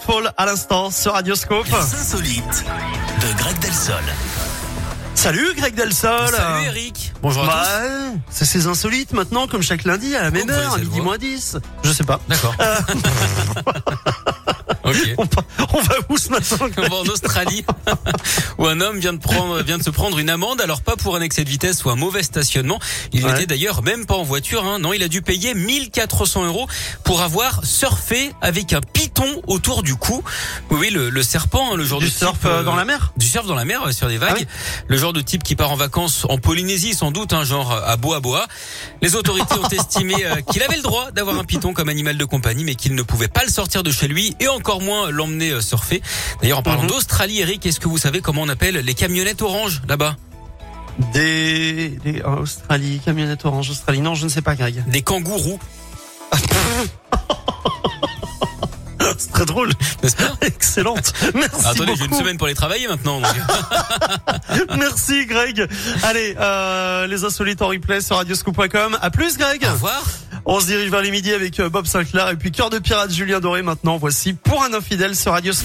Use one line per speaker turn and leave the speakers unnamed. Fall à l'instant sur Radioscope.
Les insolites de Greg Delsol.
Salut Greg Delsol.
Salut Eric.
Bonjour à tous. C'est ces insolites maintenant, comme chaque lundi à la même
Pourquoi
heure,
les
à midi
Elvois
moins 10. Je sais pas.
bah, D'accord. ok.
On, pa- on va où ce matin
On
Greg
va en Australie où un homme vient de prendre vient de se prendre une amende alors pas pour un excès de vitesse ou un mauvais stationnement il
Ouais.
n'était d'ailleurs même pas en voiture hein. non il a dû payer 1400 euros pour avoir surfé avec un python autour du cou oui oui, le, le serpent hein, le genre
Du
de
surf
type,
euh,
euh,
dans la mer
du surf dans la mer euh, sur des vagues.
Ah ouais
Le genre de type qui part en vacances en Polynésie sans doute, hein, genre à Boa Boa. Les autorités ont estimé euh, qu'il avait le droit d'avoir un python comme animal de compagnie, mais qu'il ne pouvait pas le sortir de chez lui et encore moins l'emmener euh, surfer. D'ailleurs, en parlant
Mhm.
d'Australie, Eric, est-ce que vous savez comment on appelle les camionnettes oranges là-bas
Des, des en Australie, camionnette orange Australie. Non, je ne sais pas Greg.
Des kangourous,
C'est très drôle,
n'est-ce pas Ah,
excellente. Merci
Attendez,
Ah,
j'ai une
beaucoup. Ah,
semaine pour les travailler maintenant. donc.
Merci Greg. Allez, euh, les insolites en replay sur radioscoop.com. À plus Greg.
Au revoir.
On se dirige vers les midis avec euh, Bob Sinclair et puis cœur de pirate Julien Doré maintenant. Voici pour un infidèle sur Radioscoop.